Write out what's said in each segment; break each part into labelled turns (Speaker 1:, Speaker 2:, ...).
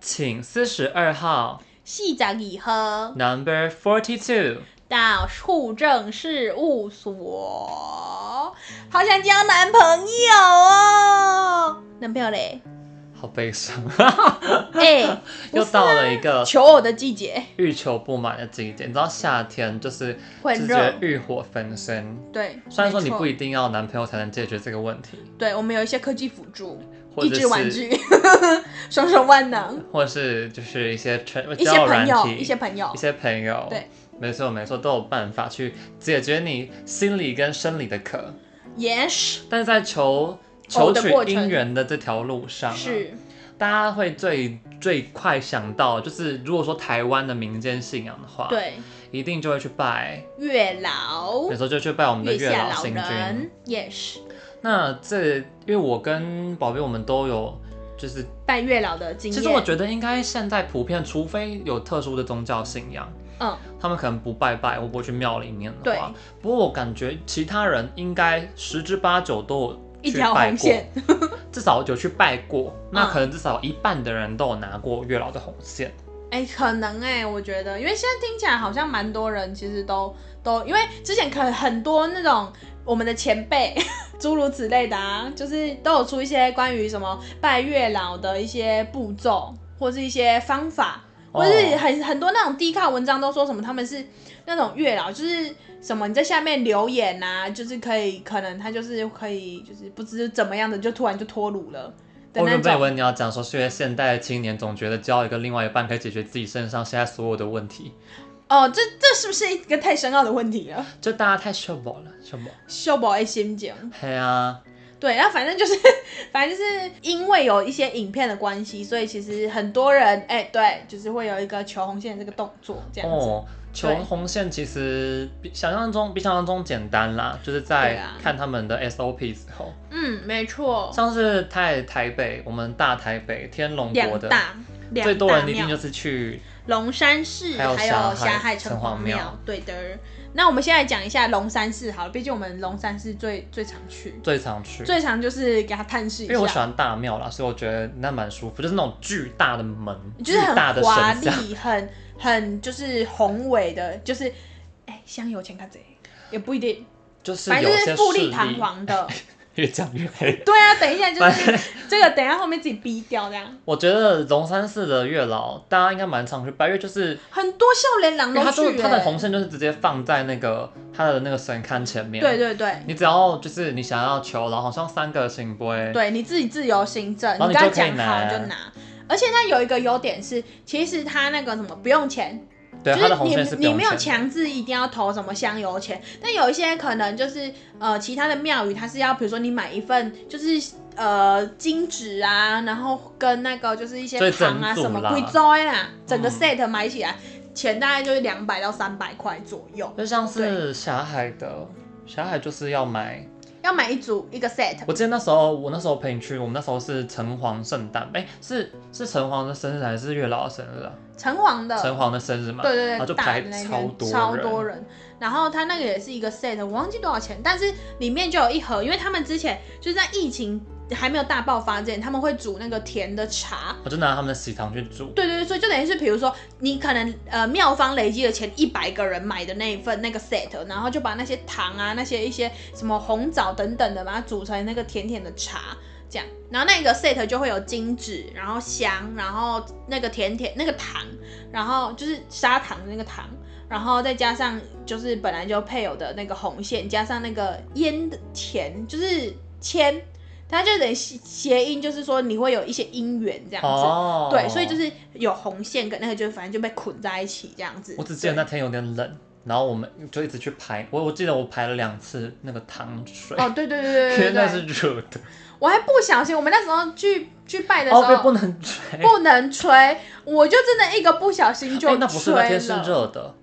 Speaker 1: 请四十二号
Speaker 2: 细长以后
Speaker 1: ，Number Forty Two，
Speaker 2: 到户政事务所。好想交男朋友哦，男朋 友嘞？
Speaker 1: 好悲伤，
Speaker 2: 哎、
Speaker 1: 又到了一个
Speaker 2: 求偶的季节，
Speaker 1: 欲求不满的季节。你知道夏天就是
Speaker 2: 会
Speaker 1: 直
Speaker 2: 热
Speaker 1: 接。欲火焚身，
Speaker 2: 对，
Speaker 1: 虽然说你
Speaker 2: 没错
Speaker 1: 不一定要男朋友才能解决这个问题，
Speaker 2: 对，我们有一些科技辅助，
Speaker 1: 或
Speaker 2: 益
Speaker 1: 者
Speaker 2: 智玩
Speaker 1: 是
Speaker 2: 具， 双手万能，
Speaker 1: 或是就是一些成
Speaker 2: 一
Speaker 1: 交
Speaker 2: 些
Speaker 1: 友
Speaker 2: 朋
Speaker 1: 软
Speaker 2: 友，
Speaker 1: 体
Speaker 2: 一些朋友
Speaker 1: 一，些朋友，
Speaker 2: 对，
Speaker 1: 没错没错，都有办法去解决你心理跟生理的渴。
Speaker 2: yes，
Speaker 1: 但是在求
Speaker 2: 偶
Speaker 1: 求
Speaker 2: 哦的
Speaker 1: 取
Speaker 2: 过程
Speaker 1: 姻缘的这条路上、啊，
Speaker 2: 是
Speaker 1: 大家会最最快想到，就是如果说台湾的民间信仰的话，，
Speaker 2: 对
Speaker 1: 一定就会去拜，
Speaker 2: 月老
Speaker 1: 有，时候就去拜我们的月
Speaker 2: 下
Speaker 1: 老
Speaker 2: 老
Speaker 1: 星君。
Speaker 2: 人，yes，
Speaker 1: 那这因为我跟宝贝我们都有。就是，
Speaker 2: 拜月老的经
Speaker 1: 其
Speaker 2: 验，
Speaker 1: 实我觉得应该现在普遍，除非有特殊的宗教信仰，
Speaker 2: 嗯，
Speaker 1: 他们可能不拜拜，或不会去庙里面的
Speaker 2: 对
Speaker 1: 话。不过我感觉其他人应该十之八九都
Speaker 2: 一
Speaker 1: 有去
Speaker 2: 条
Speaker 1: 拜
Speaker 2: 红
Speaker 1: 过，
Speaker 2: 线，
Speaker 1: 至少有去拜过。那
Speaker 2: 嗯
Speaker 1: 可能至少一半的人都有拿过月老的红线。
Speaker 2: 哎、可能哎、我觉得，因为现在听起来好像蛮多人其实都都，因为之前可能很多那种我们的前辈 诸如此类的啊，就是都有出一些关于什么拜月老的一些步骤或是一些方法，
Speaker 1: 哦
Speaker 2: 或是很很多那种低靠文章都说什么他们是那种月老，就是什么你在下面留言啊，就是可以可能他就是可以就是不知怎么样的就突然就脱乳了的
Speaker 1: 哦我
Speaker 2: 那
Speaker 1: 原本以
Speaker 2: 种，
Speaker 1: 为你要讲说，是因为现代青年总觉得交一个另外一半可以解决自己身上现在所有的问题，
Speaker 2: 哦，这这是不是一个太深奥的问题了？
Speaker 1: 就大家太 s h 了 s h
Speaker 2: 秀宝的心情。
Speaker 1: 嘿啊，
Speaker 2: 对，然后反正就是， 反正就是因为有一些影片的关系，所以其实很多人，哎、对，就是会有一个求红线的这个动作，这样子。
Speaker 1: 哦，求
Speaker 2: 对
Speaker 1: 红线其实比想象中比想象中简单啦，就是
Speaker 2: 对
Speaker 1: 在
Speaker 2: 啊
Speaker 1: 看他们的 SOP 之后，
Speaker 2: 嗯，没错，
Speaker 1: 像是在台北，我们大台北天龙国
Speaker 2: 两
Speaker 1: 的。
Speaker 2: 大两大
Speaker 1: 最多人一定
Speaker 2: 庙
Speaker 1: 就是去
Speaker 2: 龙山寺，
Speaker 1: 还有
Speaker 2: 还
Speaker 1: 霞
Speaker 2: 有
Speaker 1: 海
Speaker 2: 霞海城
Speaker 1: 城隍
Speaker 2: 隍
Speaker 1: 庙
Speaker 2: 庙。对的。那我们现在讲一下龙山寺好了，毕竟我们龙山寺最最常去，
Speaker 1: 最常去，
Speaker 2: 最常就是给他探视一
Speaker 1: 因为我喜
Speaker 2: 下，
Speaker 1: 欢大庙啦，所以我觉得那蛮舒服，就是那种巨大的门，
Speaker 2: 就是
Speaker 1: 巨大的
Speaker 2: 很华
Speaker 1: 神像，
Speaker 2: 丽，很很就是宏伟的，就是哎，香油钱看贼也不一定。
Speaker 1: 就是
Speaker 2: 反
Speaker 1: 有
Speaker 2: 正就
Speaker 1: 些
Speaker 2: 是富
Speaker 1: 势
Speaker 2: 丽
Speaker 1: 力
Speaker 2: 堂，皇 的。
Speaker 1: 越讲越黑。
Speaker 2: 对啊，等一下就
Speaker 1: 反
Speaker 2: 是这个，等一下后面自己逼掉这样。
Speaker 1: 我觉得龙山寺的月老，大家应该蛮常去拜，因为就是
Speaker 2: 很多笑脸狼
Speaker 1: 因
Speaker 2: 都
Speaker 1: 为它就
Speaker 2: 去、欸，
Speaker 1: 是它的红线就是直接放在那个它的那个神龛前面，
Speaker 2: 对，对对
Speaker 1: 你只要就是你想要求，然后好像三个行杯，，
Speaker 2: 对，你自己自由行政，
Speaker 1: 然后
Speaker 2: 你
Speaker 1: 你
Speaker 2: 刚刚
Speaker 1: 就可以
Speaker 2: 讲好你就
Speaker 1: 拿
Speaker 2: 拿。而且它有一个优点是，其实它那个什么不用钱，
Speaker 1: 对，
Speaker 2: 就
Speaker 1: 它的红线
Speaker 2: 是
Speaker 1: 是不
Speaker 2: 你你
Speaker 1: 用
Speaker 2: 没有
Speaker 1: 钱的，
Speaker 2: 强制一定要投什么香油钱，但有一些可能就是呃其他的庙宇它是要，比如说你买一份就是呃金纸啊，然后跟那个就是一些
Speaker 1: 所以
Speaker 2: 糖啊
Speaker 1: 整组
Speaker 2: 什么
Speaker 1: 啦
Speaker 2: 贵州啦，整个
Speaker 1: 嗯
Speaker 2: set 买起来、钱大概就是两百到三百块左右，
Speaker 1: 就像是霞海的。霞海就是要买，
Speaker 2: 要买一组一个 set。
Speaker 1: 我记得那时候我那时候陪你去，我们那时候是城隍圣诞，哎、是是城隍的生日还是月老的生日啊？
Speaker 2: 城隍的，
Speaker 1: 城隍的生日嘛，
Speaker 2: 呃对对
Speaker 1: 然后
Speaker 2: 对，
Speaker 1: 就
Speaker 2: 大
Speaker 1: 排
Speaker 2: 的那
Speaker 1: 超
Speaker 2: 天
Speaker 1: 多
Speaker 2: 超
Speaker 1: 人
Speaker 2: 多人。然后它那个也是一个 set，我忘记多少钱，但是里面就有一盒，因为他们之前就是在疫情还没有大爆发之前，他们会煮那个甜的茶。
Speaker 1: 我就拿他们的喜糖去煮，
Speaker 2: 对对对，所以就等于是，比如说你可能呃妙方累积了前一百个人买的那一份那个 set，然后就把那些糖啊、那些一些什么红枣等等的，把它煮成那个甜甜的茶。这样，然后那个 set 就会有金纸，然后香，然后那个甜甜那个糖，然后就是砂糖的那个糖，然后再加上就是本来就配有的那个红线，加上那个烟的甜，就是铅，它就等于谐谐音，就是说你会有一些姻缘这样子。
Speaker 1: 哦，
Speaker 2: 对，所以就是有红线跟那个，就反正就被捆在一起这样子。
Speaker 1: 我只记得那天有点冷，然后我们就一直去排，我我记得我排了两次那个糖水，
Speaker 2: 对哦，对对对 对
Speaker 1: 因为
Speaker 2: 对
Speaker 1: 那
Speaker 2: 对
Speaker 1: 是热的，
Speaker 2: 我还不小心，我们那时候去去拜的时候、
Speaker 1: 哦，对，不能吹，
Speaker 2: 不能吹，我就真的一个不小心就吹
Speaker 1: 哎
Speaker 2: 了。
Speaker 1: 那不是那天是热的，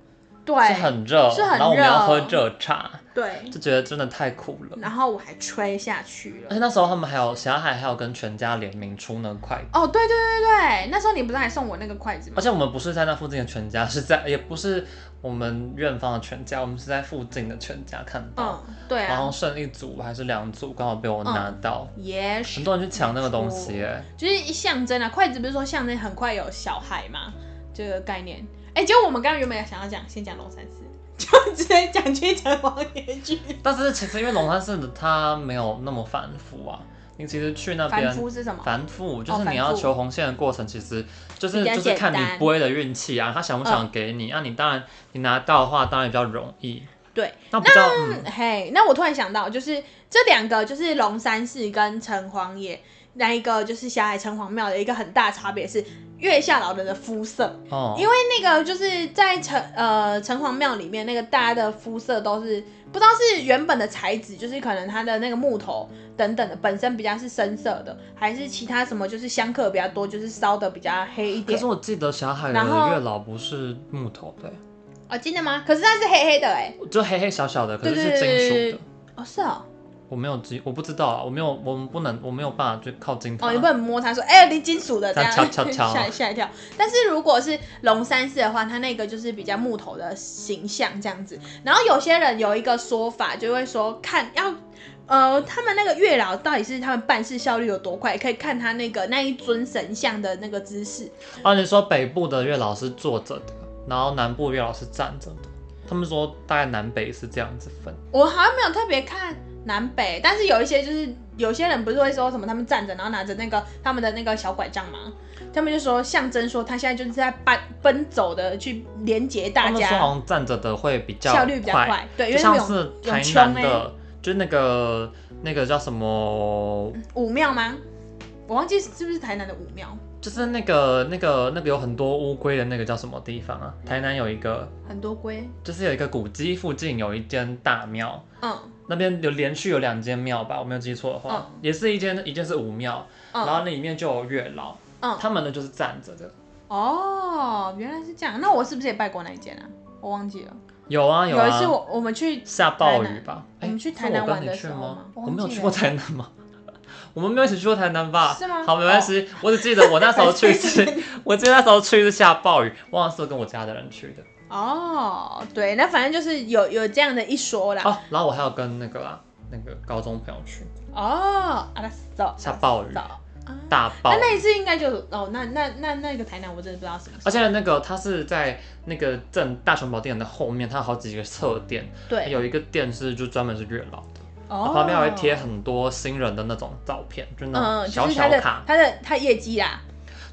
Speaker 2: 对，
Speaker 1: 是很热，
Speaker 2: 是很
Speaker 1: 然后我们要
Speaker 2: 热
Speaker 1: 喝热茶，
Speaker 2: 对，
Speaker 1: 就觉得真的太苦了。
Speaker 2: 然后我还吹下去
Speaker 1: 而且
Speaker 2: 了。
Speaker 1: 那时候他们还有霞海还有跟全家联名出那个筷子，
Speaker 2: 哦，对对对对，那时候你不是还送我那个筷子吗
Speaker 1: 而？且我们不是在那附近的全家，是在也不是我们院方的全家，我们是在附近的全家看到，
Speaker 2: 嗯，对
Speaker 1: 然
Speaker 2: 啊嗯
Speaker 1: 后，剩一组还是两组，刚好被我拿到，
Speaker 2: 也是
Speaker 1: 很，多人去抢那个东西、哎，
Speaker 2: 就是一象征啊。筷子不是说象征很快有小孩吗？这个概念。哎，结果我们刚刚原本想要讲，先讲龙山寺， 就直接讲去讲王爷去。
Speaker 1: 但是其实因为龙山寺的它没有那么繁复啊，你其实去那边
Speaker 2: 凡夫是什么？
Speaker 1: 繁复，就是
Speaker 2: 繁
Speaker 1: 你要
Speaker 2: 复
Speaker 1: 求红线的过程，其实就是
Speaker 2: 哦比较
Speaker 1: 就是看
Speaker 2: 简
Speaker 1: 你
Speaker 2: 单嗯
Speaker 1: 播的运气啊，他想不想给你。那、你当然你拿到的话，当然比较容易。
Speaker 2: 对，
Speaker 1: 那比较嗯，
Speaker 2: 嘿，那我突然想到，就是这两个，就是龙山寺跟城隍爷，那一个就是霞海城隍庙的一个很大差别是月下老人的肤色，
Speaker 1: 哦，
Speaker 2: 因为那个就是在城呃城隍庙里面，那个大家的肤色都是不知道是原本的材质，就是可能它的那个木头等等的本身比较是深色的，还是其他什么就是香客比较多，就是烧的比较黑一
Speaker 1: 可
Speaker 2: 点
Speaker 1: 是。我记得小海人
Speaker 2: 然后
Speaker 1: 的月老不是木头的、
Speaker 2: 哦，真的吗？可是它是黑黑的哎、
Speaker 1: 就黑黑小小的，可是
Speaker 2: 对
Speaker 1: 是
Speaker 2: 对对对
Speaker 1: 金属
Speaker 2: 对
Speaker 1: 的。
Speaker 2: 哦是哦，
Speaker 1: 我没有知，我不知道啊，我没有，我们不能，我没有办法去靠近它。
Speaker 2: 哦，你不能摸它，说哎，你金属的
Speaker 1: 这
Speaker 2: 这样
Speaker 1: 样，敲敲敲
Speaker 2: 吓吓一跳。但是如果是龙山寺的话，它那个就是比较木头的形象这样子。然后有些人有一个说法，就会说看要。呃，他们那个月老到底是他们办事效率有多快，可以看他那个那一尊神像的那个姿势。
Speaker 1: 啊，你说北部的月老是坐着的，然后南部月老是站着的。他们说大概南北是这样子分。
Speaker 2: 我好像没有特别看南北，但是有一些就是有些人不是会说什么他们站着，然后拿着那个他们的那个小拐杖吗？他们就说象征说他现在就是在奔奔走的去连接大
Speaker 1: 他们
Speaker 2: 家，
Speaker 1: 说好像站着的会比较
Speaker 2: 效率比较快，对，
Speaker 1: 就
Speaker 2: 因为他
Speaker 1: 像
Speaker 2: 们
Speaker 1: 是
Speaker 2: 有
Speaker 1: 台
Speaker 2: 有
Speaker 1: 南
Speaker 2: 枪欸
Speaker 1: 的，就那个那个叫什么，
Speaker 2: 武庙吗？我忘记是不是台南的武庙，
Speaker 1: 就是那个那个那个有很多乌龟的那个叫什么地方啊？台南有一个，
Speaker 2: 很多龟，
Speaker 1: 就是有一个古迹附近有一间大庙，
Speaker 2: 嗯
Speaker 1: 那边有连续有两间庙吧，我没有记错的话，也是一间一间是武庙，然后
Speaker 2: 嗯
Speaker 1: 那里面就有月老，
Speaker 2: 嗯，
Speaker 1: 他们呢就是站着的。
Speaker 2: 哦，原来是这样，那我是不是也拜过那一间啊？我忘记了，
Speaker 1: 有啊
Speaker 2: 有
Speaker 1: 啊，
Speaker 2: 一次我我们去
Speaker 1: 下暴雨吧？
Speaker 2: 台南我们去
Speaker 1: 是
Speaker 2: 台南
Speaker 1: 我跟
Speaker 2: 玩
Speaker 1: 你
Speaker 2: 的
Speaker 1: 去
Speaker 2: 时候
Speaker 1: 吗
Speaker 2: 吗？
Speaker 1: 我
Speaker 2: 忘
Speaker 1: 没有
Speaker 2: 记
Speaker 1: 去
Speaker 2: 了哦
Speaker 1: 过台南吗？ 我们没有一起去过台南吧？
Speaker 2: 是吗哦
Speaker 1: 好，没关系。我只记得我那时候去
Speaker 2: 还
Speaker 1: 是，我记得那时候去是下暴雨，忘了是跟我家的人去的。
Speaker 2: 哦，对，那反正就是有有这样的一说啦。
Speaker 1: 哦，然后我还有跟那个啦，那个高中朋友去，
Speaker 2: 哦，阿拉斯走，
Speaker 1: 下暴雨
Speaker 2: 阿拉斯走啊
Speaker 1: 大暴
Speaker 2: 那
Speaker 1: 雨，
Speaker 2: 那一次应该就哦，那那那那个台南我真的不知道什么时
Speaker 1: 而
Speaker 2: 候，
Speaker 1: 且那个它是在那个正大雄宝殿的后面，它有好几个侧殿，
Speaker 2: 对，
Speaker 1: 有一个殿是就专门是月老的，
Speaker 2: 哦
Speaker 1: 它，旁边还会贴很多新人的那种照片，就那
Speaker 2: 嗯，
Speaker 1: 种小
Speaker 2: 就是
Speaker 1: 小
Speaker 2: 他的
Speaker 1: 卡，
Speaker 2: 他的他业绩啦，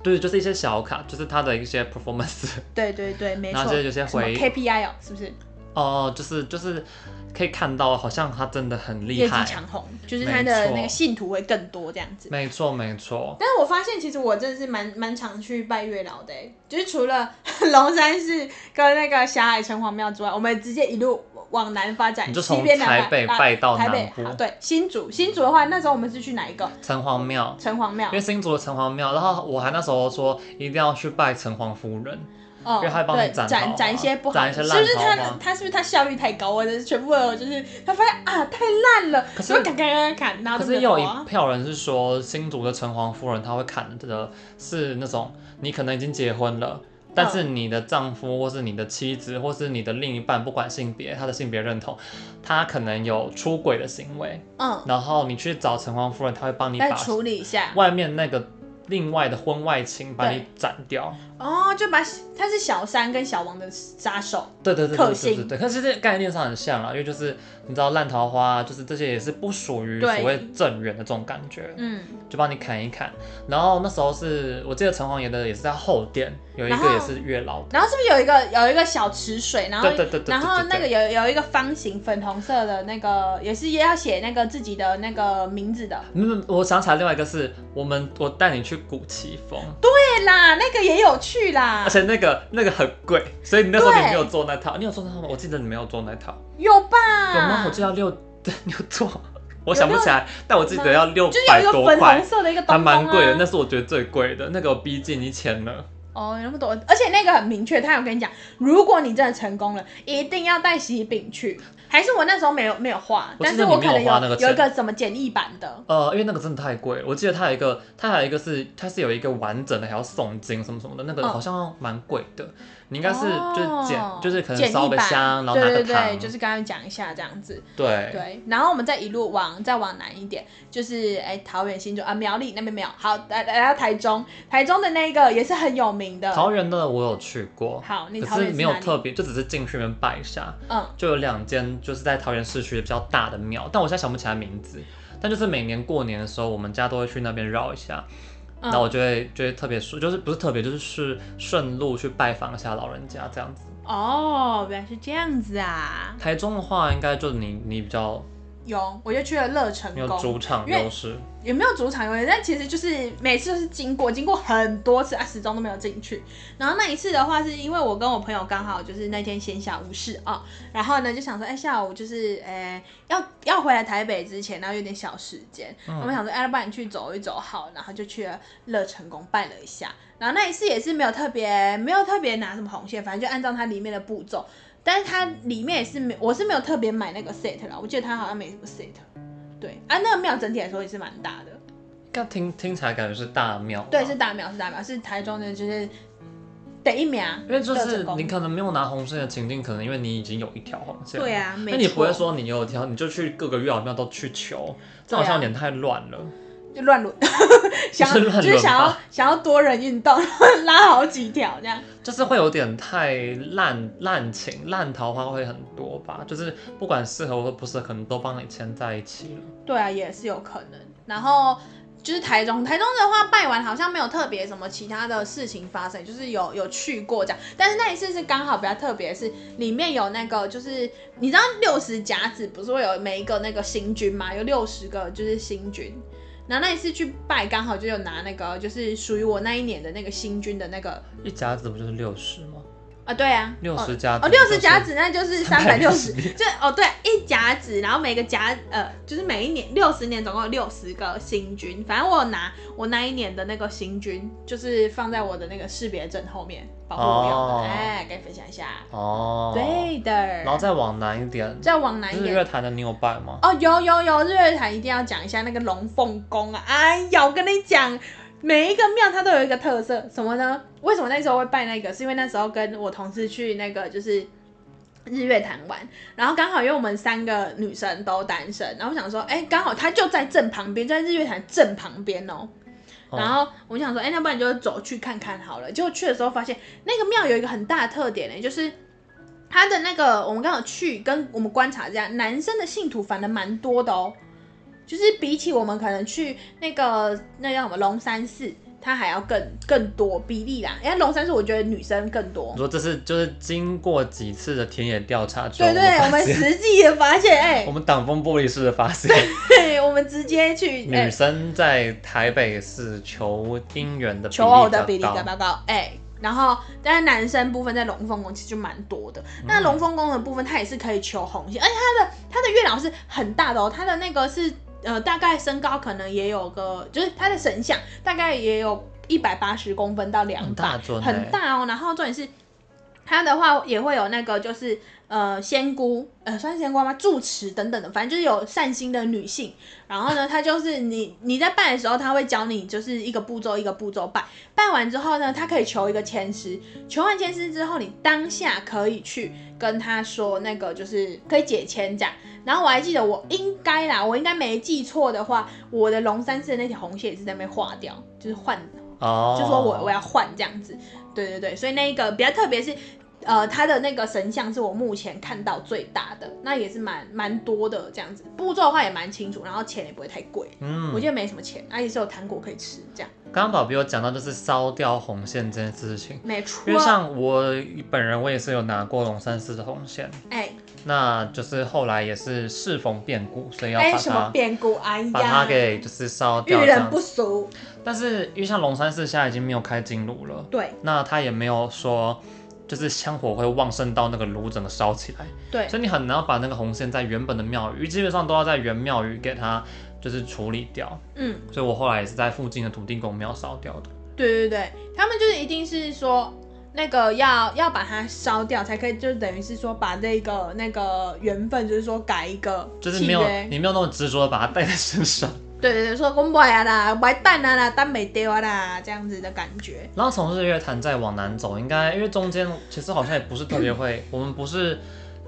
Speaker 1: 对，就是一些小卡，就是他的一些 performance。
Speaker 2: 对对对，没
Speaker 1: 然
Speaker 2: 错
Speaker 1: 后，就有些
Speaker 2: 什么
Speaker 1: 回
Speaker 2: KPI 哦，是不是？
Speaker 1: 哦、就是就是可以看到，好像他真的很
Speaker 2: 业
Speaker 1: 厉
Speaker 2: 绩
Speaker 1: 害。
Speaker 2: 长红，就是他
Speaker 1: 没
Speaker 2: 的
Speaker 1: 错
Speaker 2: 那个信徒会更多这样子。
Speaker 1: 没错没错，
Speaker 2: 但是我发现，其实我真的是蛮蛮常去拜月老的欸、就是除了龙山寺跟那个霞海城隍庙之外，我们直接一路往南发展，
Speaker 1: 你就
Speaker 2: 西
Speaker 1: 从
Speaker 2: 边南
Speaker 1: 台北
Speaker 2: 啊
Speaker 1: 拜到
Speaker 2: 台
Speaker 1: 南
Speaker 2: 北
Speaker 1: 部
Speaker 2: 好，对，新竹，新竹的话，那时候我们是去哪一个
Speaker 1: 城隍庙，
Speaker 2: 城隍庙
Speaker 1: 因为？新竹的城隍庙，然后我还那时候说一定要去拜城隍夫人，
Speaker 2: 哦
Speaker 1: 因为他会帮你
Speaker 2: 对，
Speaker 1: 斩桃
Speaker 2: 斩
Speaker 1: 花
Speaker 2: 一些不好
Speaker 1: 斩
Speaker 2: 的，
Speaker 1: 一些
Speaker 2: 是
Speaker 1: 烂
Speaker 2: 不是
Speaker 1: 桃
Speaker 2: 他
Speaker 1: 花
Speaker 2: 他是不是他效率太高，或者是全部的就是他发现啊太烂了，
Speaker 1: 可是
Speaker 2: 然后砍砍砍砍，然后
Speaker 1: 可
Speaker 2: 都
Speaker 1: 是
Speaker 2: 没
Speaker 1: 有
Speaker 2: 花
Speaker 1: 一票人是说新竹的城隍夫人，她会砍的是那种你可能已经结婚了。但是
Speaker 2: 嗯
Speaker 1: 你的丈夫，或是你的妻子，或是你的另一半，不管性别，他的性别认同，他可能有出轨的行为，
Speaker 2: 嗯，
Speaker 1: 然后你去找城隍夫人，他会帮你
Speaker 2: 再
Speaker 1: 把
Speaker 2: 处理一下。
Speaker 1: 外面那个另外的婚外情把你
Speaker 2: 对
Speaker 1: 斩掉。
Speaker 2: 哦，就把他是小三跟小王的杀手，
Speaker 1: 对对对
Speaker 2: 克
Speaker 1: 对对对
Speaker 2: 星
Speaker 1: 对，可是这概念上很像啦，因为就是你知道烂桃花啊，就是这些也是不属于
Speaker 2: 对
Speaker 1: 所谓正缘的这种感觉，
Speaker 2: 嗯，
Speaker 1: 就帮你砍一砍。然后那时候是我记得城隍爷的也是在后殿有一
Speaker 2: 然
Speaker 1: 个
Speaker 2: 后
Speaker 1: 也是月老的，
Speaker 2: 然后是不是有一个有一个小池水，然后
Speaker 1: 对对对对对
Speaker 2: 然后那个
Speaker 1: 对
Speaker 2: 有有一个方形粉红色的那个，也是要写那个自己的那个名字的。
Speaker 1: 嗯，我想起来另外一个是我们我带你去古奇峰，
Speaker 2: 对啦，那个也有趣啦
Speaker 1: 而，且那个那个很贵，所以你那时候你
Speaker 2: 对
Speaker 1: 没有做那套，你有做那套吗？我记得你没有做那套，
Speaker 2: 有吧？
Speaker 1: 有吗？我记得要 六六座，啊 我想不起来，但我记得要六
Speaker 2: 就是有
Speaker 1: 百
Speaker 2: 一个
Speaker 1: 多
Speaker 2: 粉
Speaker 1: 块
Speaker 2: 红，色的一个东
Speaker 1: 还
Speaker 2: 东啊
Speaker 1: 蛮贵的，那是我觉得最贵的，那个有逼近一千了。
Speaker 2: 哦，有那么多，而且那个很明确，他有跟你讲，如果你真的成功了，一定要带喜饼去。还是我那时候没有没有画，
Speaker 1: 我
Speaker 2: 但
Speaker 1: 记
Speaker 2: 是
Speaker 1: 得
Speaker 2: 我
Speaker 1: 你
Speaker 2: 可
Speaker 1: 没有
Speaker 2: 能
Speaker 1: 画那个
Speaker 2: 有
Speaker 1: 钱
Speaker 2: 一个什么简易版的，
Speaker 1: 呃，因为那个真的太贵了，我记得它有一个，它还有一个是它是有一个完整的，还要诵经什么什么的，那个
Speaker 2: 嗯
Speaker 1: 好像蛮贵的。你应该是就是简，
Speaker 2: 哦
Speaker 1: 就是可能
Speaker 2: 简易
Speaker 1: 烧个
Speaker 2: 版
Speaker 1: 香，然后拿
Speaker 2: 对
Speaker 1: 个
Speaker 2: 对
Speaker 1: 糖，
Speaker 2: 对，就是刚刚讲一下这样子。
Speaker 1: 对
Speaker 2: 对，然后我们再一路往再往南一点，就是哎桃园新竹啊苗栗那边没有，好来来到台中，台中的那个也是很有名的。
Speaker 1: 桃园的我有去过，
Speaker 2: 好，你
Speaker 1: 可
Speaker 2: 桃
Speaker 1: 是
Speaker 2: 园
Speaker 1: 没有
Speaker 2: 哪里
Speaker 1: 特别，就只是进去里面拜一下，
Speaker 2: 嗯，
Speaker 1: 就有两间就是在桃园市区比较大的庙，但我现在想不起来名字。但就是每年过年的时候，我们家都会去那边绕一下，
Speaker 2: 嗯
Speaker 1: 然后我就会就会特别顺，就是不是特别，就是是顺路去拜访一下老人家这样子。
Speaker 2: 哦，原来是这样子啊，
Speaker 1: 台中的话，应该就你你比较
Speaker 2: 有我就去了乐成
Speaker 1: 没有
Speaker 2: 宫
Speaker 1: 主，场
Speaker 2: 因为
Speaker 1: 优势，
Speaker 2: 也没有主场游泳，但其实就是每次都是经过，经过很多次啊，始终都没有进去。然后那一次的话，是因为我跟我朋友刚好就是那天闲暇无事啊、然后呢就想说，哎、下午就是哎、要要回来台北之前，然后有点小时间，
Speaker 1: 嗯
Speaker 2: 我们想说，哎、要不然去走一走好，然后就去了乐成宫拜了一下。然后那一次也是没有特别没有特别拿什么红线，反正就按照它里面的步骤。但是它里面也是
Speaker 1: 嗯
Speaker 2: 没，我是没有特别买那个 set 啦，我记得它好像没什么 set。对啊，那个庙整体来说也是蛮大的，
Speaker 1: 嗯但听听起来感觉是大庙吧，
Speaker 2: 对，是大庙，是大庙，是台中的，就是得一名，
Speaker 1: 因为就
Speaker 2: 乐
Speaker 1: 是
Speaker 2: 成功
Speaker 1: 你可能没有拿红线的情境，可能因为你已经有一条红线，
Speaker 2: 对啊，
Speaker 1: 那
Speaker 2: 没
Speaker 1: 你不会
Speaker 2: 错
Speaker 1: 说你有一条，你就去各个月老庙都去求，这
Speaker 2: 对啊
Speaker 1: 好像有点太乱了。
Speaker 2: 就 乱伦， 想
Speaker 1: 不是乱
Speaker 2: 要
Speaker 1: 伦
Speaker 2: 就是想要
Speaker 1: 吧
Speaker 2: 想要多人运动， 然后拉好几条这样，
Speaker 1: 就是会有点太滥滥情，烂桃花会很多吧？就是不管适合或不适合，可能都帮你牵在一起了。
Speaker 2: 对啊，也是有可能。然后就是台中，台中的话拜完好像没有特别什么其他的事情发生，就是有有去过这样，但是那一次是刚好比较特别，是里面有那个就是你知道六十甲子不是会有每一个那个星君吗？有六十个就是星君。然后那一次去拜，刚好就有拿那个，就是属于我那一年的那个星君的那个
Speaker 1: 一甲子不就是六十吗？
Speaker 2: 啊，对啊，
Speaker 1: 六
Speaker 2: 哦
Speaker 1: 十甲子
Speaker 2: 哦，
Speaker 1: 不就
Speaker 2: 六
Speaker 1: 是
Speaker 2: 十甲子那就是三百六十，
Speaker 1: 360
Speaker 2: 就哦对，一甲子，然后每个甲呃，就是每一年六十年总共有六十个星君，反正我有拿我那一年的那个星君，就是放在我的那个识别证后面保护我用
Speaker 1: 哦
Speaker 2: 的，哎、可以分享一下。
Speaker 1: 哦，，
Speaker 2: 对的，然
Speaker 1: 然后再往南一点，
Speaker 2: 再往南一
Speaker 1: 日
Speaker 2: 点
Speaker 1: 月，潭的你有拜吗？
Speaker 2: 哦，有有有，日月潭一定要讲一下那个龙凤宫啊！哎呀，我跟你讲，每一个庙它都有一个特色，什么呢？为什么那时候会拜那个？是因为那时候跟我同事去那个就是日月潭玩，然后刚好因为我们三个女生都单身，然后我想说，哎，刚好它就在正旁边，就在日月潭正旁边哦。
Speaker 1: 哦
Speaker 2: 然后我们想说，哎、要不然就走去看看好了。结果去的时候发现，那个庙有一个很大的特点呢、欸就是它的那个我们刚好去跟我们观察这样，男生的信徒反而蛮多的哦。就是比起我们可能去那个那叫什么龙山寺，它还要更更多比例啦。因为龙山寺我觉得女生更多
Speaker 1: 你。说这是就是经过几次的田野调查之后，
Speaker 2: 对对，我
Speaker 1: 我
Speaker 2: 们
Speaker 1: 们发 现
Speaker 2: 实际也发现，哎、
Speaker 1: 我们挡风玻璃式的发现，
Speaker 2: 对，我们直接去哎。
Speaker 1: 女生在台北市求姻缘的比例
Speaker 2: 求偶的比例
Speaker 1: 较
Speaker 2: 比较高，哎、然后但是男生部分在龙凤宫其实就蛮多的。那龙凤宫的部分，它也是可以求红线，而且它的它的月老是很大的哦，它的那个是呃大概身高可能也有个，就是它的神像大概也有一百八十公分到两
Speaker 1: 很
Speaker 2: 百
Speaker 1: 大，尊欸
Speaker 2: 很大哦。然后重点是。它的话也会有那个，就是呃仙姑，呃算是仙姑吗？住持等等的，反正就是有善心的女性。然后呢，她就是你 你在拜的时候，她会教你就是一个步骤一个步骤拜。拜完之后呢，她可以求一个签师，求完签师之后，你当下可以去跟她说那个就是可以解签这样。然后我还记得我应该啦，我应该没记错的话，我的龙山寺的那条红线也是在那边划掉，就是换
Speaker 1: 哦，
Speaker 2: 就说我我要换这样子，对对对，所以那一个比较特别是，呃，他的那个神像是我目前看到最大的，那也是蛮蛮多的这样子，步骤的话也蛮清楚，然后钱也不会太贵，
Speaker 1: 嗯
Speaker 2: 我，觉得没什么钱，啊也是有糖果可以吃这样，
Speaker 1: 刚刚宝贝有讲到就是烧掉红线这件事情，
Speaker 2: 没错
Speaker 1: 因，为像我本人我也是有拿过龙山寺的红线，
Speaker 2: 哎
Speaker 1: 那就是后来也是适逢变故，所以要
Speaker 2: 哎
Speaker 1: 把
Speaker 2: 什么
Speaker 1: 它
Speaker 2: 变故，哎
Speaker 1: 把它
Speaker 2: 呀，
Speaker 1: 给就是烧
Speaker 2: 遇
Speaker 1: 掉这
Speaker 2: 人
Speaker 1: 样
Speaker 2: 不
Speaker 1: 子。
Speaker 2: 淑，
Speaker 1: 但是因为像龙山寺现在已经没有开金炉了，
Speaker 2: 对
Speaker 1: 那它也没有说就是香火会旺盛到那个炉整个烧起来。
Speaker 2: 对
Speaker 1: 所以你很难把那个红线在原本的庙宇，基本上都要在原庙宇给它就是处理掉。
Speaker 2: 嗯
Speaker 1: 所以我后来也是在附近的土地公庙烧掉的。
Speaker 2: 对对对，他们就是一定是说那个要要把它烧掉，才可以，就等于是说把那个那个缘分，就是说改一个
Speaker 1: 就是
Speaker 2: 契
Speaker 1: 没有
Speaker 2: 约
Speaker 1: 你没有那么执着的把它带在身 上。
Speaker 2: 对对对，说我买啊啦，买蛋啊啦，蛋没丢啊啦，这样子的感觉。
Speaker 1: 然后从日月潭再往南走，应该因为中间其实好像也不是特别会， 我们不是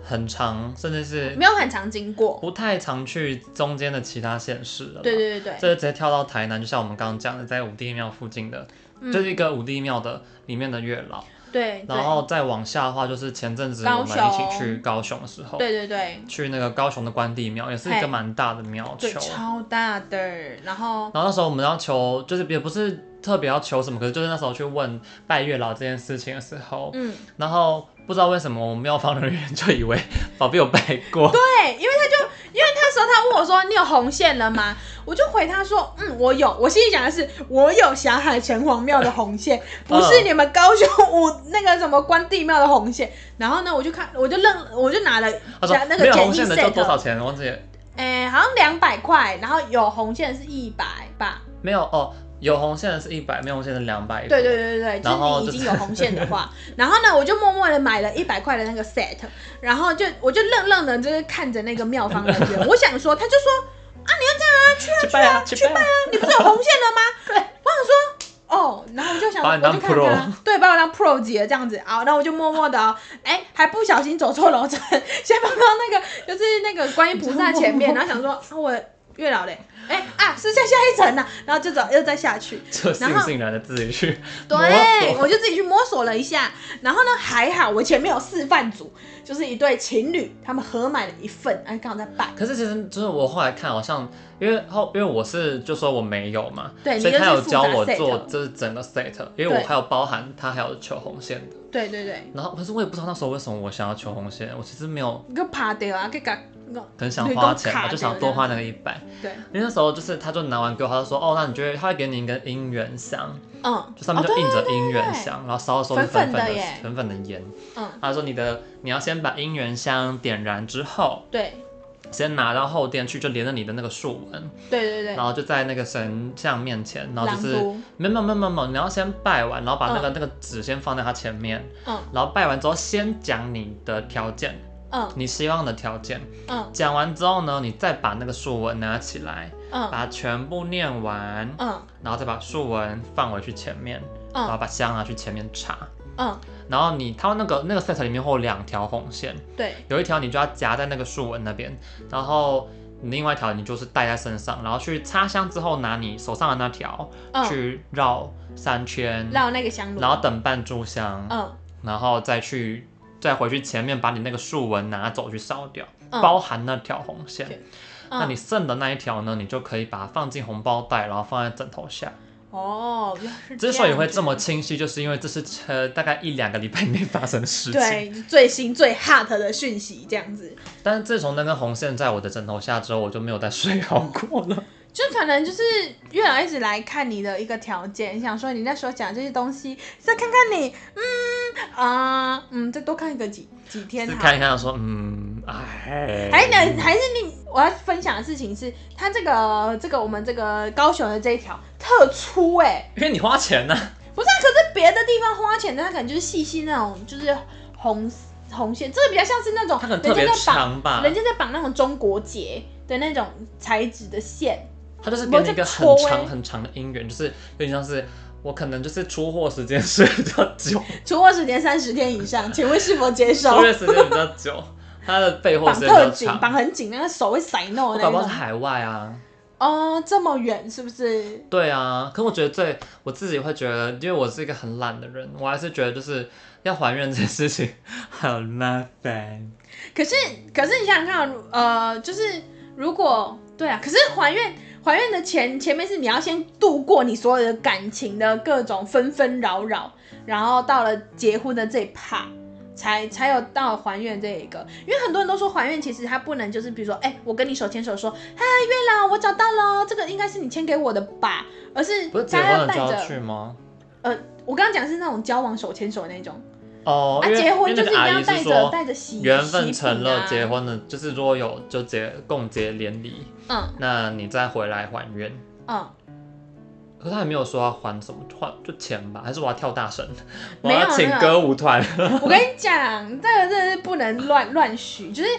Speaker 1: 很长，甚至是
Speaker 2: 没有很常经过。
Speaker 1: 不太常去中间的其他县市了啦。
Speaker 2: 对对对
Speaker 1: 这
Speaker 2: 对，
Speaker 1: 就直接跳到台南，就像我们刚刚讲的，在五帝庙附近的，就是一个五帝庙的里面的月老。
Speaker 2: 嗯对
Speaker 1: 然后再往下的话，就是前阵子
Speaker 2: 高
Speaker 1: 我们一
Speaker 2: 雄
Speaker 1: 起去高雄的时候，
Speaker 2: 对对对
Speaker 1: 去那个高雄的关帝庙，也是一
Speaker 2: 嘿
Speaker 1: 个蛮大的庙
Speaker 2: 对，
Speaker 1: 求。
Speaker 2: 超大的。然后
Speaker 1: 然后那时候我们要求，就是也不是特别要求什么，可是就是那时候去问拜月老这件事情的时候，
Speaker 2: 嗯，
Speaker 1: 然后不知道为什么我们庙方人员就以为宝贝有拜过，
Speaker 2: 对，因为他就因为那时候他问我说你有红线了吗？我就回他说嗯我有，我心里想的是我有霞海城隍庙的 红线，
Speaker 1: 嗯
Speaker 2: 不是你们高雄五那个什么关帝庙的红线。然后呢，我就看我就愣，我就拿了
Speaker 1: 他说
Speaker 2: 那
Speaker 1: 没
Speaker 2: 个
Speaker 1: 有
Speaker 2: 简
Speaker 1: 红
Speaker 2: 易
Speaker 1: 线的就多
Speaker 2: set，
Speaker 1: 少钱，我忘记了
Speaker 2: 哎、好像两百块，然后有红线是一百吧。
Speaker 1: 没有哦，有红线的是一百，没有红线的两百。
Speaker 2: 对对对对，对，
Speaker 1: 然后
Speaker 2: 就是你
Speaker 1: 就
Speaker 2: 已经
Speaker 1: 是
Speaker 2: 有红线的话，然后呢，我就默默的买了一百块的那个 set，然后就我就愣愣的，就是看着那个妙方人员，我想说，他就说啊
Speaker 1: 去拜啊
Speaker 2: 去
Speaker 1: 去拜啊！
Speaker 2: 你不是有红线了吗？对，我想说哦，然后我就想，
Speaker 1: 把
Speaker 2: 我
Speaker 1: 你当
Speaker 2: 就看他，对，把我当 pro 级的这样子啊，然后我就默默的、哦，哎，还不小心走错楼层，先放到那个就是那个观音菩萨前面，然后想说啊我月老嘞，哎啊是在下一层呐、然后就走又再下去，啊
Speaker 1: 就悻悻然的自己去摸
Speaker 2: 对，
Speaker 1: 索。
Speaker 2: 我就自己去摸索了一下，然后呢，还好我前面有示范组，就是一对情侣，他们合买了一份，哎，刚好在拜。
Speaker 1: 可是其实就是我后来看，好像因为后因为我是就说我没有嘛，
Speaker 2: 对
Speaker 1: 所以
Speaker 2: 你就是
Speaker 1: 他有教我
Speaker 2: 负责 set
Speaker 1: 做就是整个 set，因为
Speaker 2: 对
Speaker 1: 我还有包含他还有求红线的。
Speaker 2: 对对对，
Speaker 1: 然后可是我也不知道那时候为什么我想要求红线，我其实没有
Speaker 2: 你个趴掉啊，给个弄
Speaker 1: 很想花钱，我就想多花那
Speaker 2: 个。
Speaker 1: 个一百。
Speaker 2: 对，
Speaker 1: 因为那时候就是他就拿完给我，他就说哦，那你觉得他会给你一个姻缘箱，
Speaker 2: 嗯
Speaker 1: 就上面
Speaker 2: 哦
Speaker 1: 就
Speaker 2: 对
Speaker 1: 印着姻
Speaker 2: 对
Speaker 1: 缘
Speaker 2: 对
Speaker 1: 香，然后烧的时候是
Speaker 2: 粉
Speaker 1: 粉
Speaker 2: 粉
Speaker 1: 粉
Speaker 2: 的
Speaker 1: 的
Speaker 2: 耶
Speaker 1: 粉粉的盐。
Speaker 2: 嗯，
Speaker 1: 他说你的你要先把姻缘香点燃之后，
Speaker 2: 对
Speaker 1: 先拿到后殿去，就连着你的那个竖纹，
Speaker 2: 对对
Speaker 1: 然
Speaker 2: 对，
Speaker 1: 后就在那个神像面前，然后就
Speaker 2: 朗
Speaker 1: 是
Speaker 2: 读，
Speaker 1: 没有没有没有没有没有，你要先拜完，然后把那个、那个纸先放在他前面，
Speaker 2: 嗯
Speaker 1: 然后拜完之后先讲你的条件，
Speaker 2: 嗯
Speaker 1: 你希望的条件，
Speaker 2: 嗯
Speaker 1: 讲完之后呢，你再把那个竖纹拿起来，
Speaker 2: 嗯
Speaker 1: 把它全部念完，
Speaker 2: 嗯
Speaker 1: 然后再把竖纹放回去前面，然后
Speaker 2: 嗯
Speaker 1: 把香拿去前面插。
Speaker 2: 嗯，
Speaker 1: 然后你，它那个那个 set 里面会有两条红线，
Speaker 2: 对
Speaker 1: 有一条你就要夹在那个竖纹那边，然后另外一条你就是带在身上，然后去插香之后拿你手上的那条、
Speaker 2: 嗯，
Speaker 1: 去绕三圈，
Speaker 2: 绕那个香炉，
Speaker 1: 然后等半炷香，
Speaker 2: 嗯
Speaker 1: 然后再去再回去前面把你那个竖纹拿走去烧掉，
Speaker 2: 嗯
Speaker 1: 包含那条红线。
Speaker 2: 对
Speaker 1: 那你
Speaker 2: 嗯
Speaker 1: 剩的那一条呢，你就可以把它放进红包袋，然后放在枕头下。
Speaker 2: 哦，原来是
Speaker 1: 之所以
Speaker 2: 样
Speaker 1: 会
Speaker 2: 子
Speaker 1: 这么清晰，就是因为这是呃大概一两个礼拜内发生的事情。
Speaker 2: 对最新最 hot 的讯息这样子，
Speaker 1: 但是自从那根红线在我的枕头下之后，我就没有再睡好过 了。
Speaker 2: 就可能就是月老一直来看你的一个条件，想说你那时候讲这些东西，再看看你，嗯啊、嗯，再多看个几几天
Speaker 1: 是
Speaker 2: 好。
Speaker 1: 看一看，说嗯，哎，
Speaker 2: 还能还是你，我要分享的事情是，他这个这个我们这个高雄的这一条特粗哎、
Speaker 1: 因为你花钱呢、
Speaker 2: 不是、啊，可是别的地方花钱，他可能就是细细那种，就是红红线，这个比较像是那种
Speaker 1: 它可能
Speaker 2: 人
Speaker 1: 特
Speaker 2: 家
Speaker 1: 别
Speaker 2: 在绑，
Speaker 1: 长啊吧，
Speaker 2: 人家在绑那种中国结的那种材质的线，
Speaker 1: 它就是给你一个很
Speaker 2: 我在戳欸
Speaker 1: 长很长的姻缘，就是有点像是我可能就是出货时间是比较久，
Speaker 2: 出货时间三十天以上，请问是否 接受？
Speaker 1: 出月时间比较久，它的备货
Speaker 2: 绑
Speaker 1: 时间比较
Speaker 2: 特紧，绑
Speaker 1: 长。
Speaker 2: 很紧，那个手会塞
Speaker 1: 我
Speaker 2: 弄的
Speaker 1: 搞
Speaker 2: 那
Speaker 1: 不好是
Speaker 2: 种。
Speaker 1: 海外啊，
Speaker 2: 哦，这么远是不是？
Speaker 1: 对啊，可我觉得最我自己会觉得，因为我是一个很懒的人，我还是觉得就是要还愿这件事情很麻烦。
Speaker 2: 可是可是你想想看，呃，就是如果对啊，可是还愿还愿的前前面是你要先度过你所有的感情的各种纷纷扰扰，然后到了结婚的这一趴。才才有到还愿这一个，因为很多人都说还愿其实它不能就是比如说，哎、我跟你手牵手说，嗨，月老，我找到了，这个应该是你签给我的吧，而是
Speaker 1: 不是结
Speaker 2: 大
Speaker 1: 婚
Speaker 2: 家要
Speaker 1: 了
Speaker 2: 带
Speaker 1: 就
Speaker 2: 着
Speaker 1: 要去吗？
Speaker 2: 呃，我刚刚讲是那种交往手牵手的那种，
Speaker 1: 哦，
Speaker 2: 啊，
Speaker 1: 因为
Speaker 2: 结婚
Speaker 1: 因
Speaker 2: 就
Speaker 1: 为
Speaker 2: 是
Speaker 1: 那
Speaker 2: 一
Speaker 1: 个阿
Speaker 2: 定要
Speaker 1: 姨是
Speaker 2: 带着
Speaker 1: 说
Speaker 2: 带着喜
Speaker 1: 缘分成了，
Speaker 2: 喜饼
Speaker 1: 结
Speaker 2: 啊
Speaker 1: 婚了，就是如果有就结共结连理，
Speaker 2: 嗯
Speaker 1: 那你再回来还愿。
Speaker 2: 嗯，
Speaker 1: 可是他也没有说要还什么换就钱吧，还是我要跳大神，我
Speaker 2: 没有
Speaker 1: 要请
Speaker 2: 没有
Speaker 1: 歌舞团。
Speaker 2: 我跟你讲，这个真的是不能乱乱许，就是